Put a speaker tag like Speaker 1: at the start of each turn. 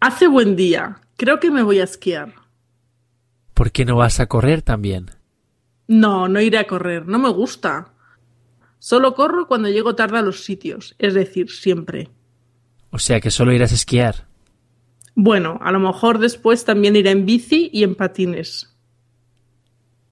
Speaker 1: Hace buen día. Creo que me voy a esquiar.
Speaker 2: ¿Por qué no vas a correr también?
Speaker 1: No, no iré a correr. No me gusta. Solo corro cuando llego tarde a los sitios, es decir, siempre.
Speaker 2: O sea que solo irás a esquiar.
Speaker 1: Bueno, a lo mejor después también iré en bici y en patines.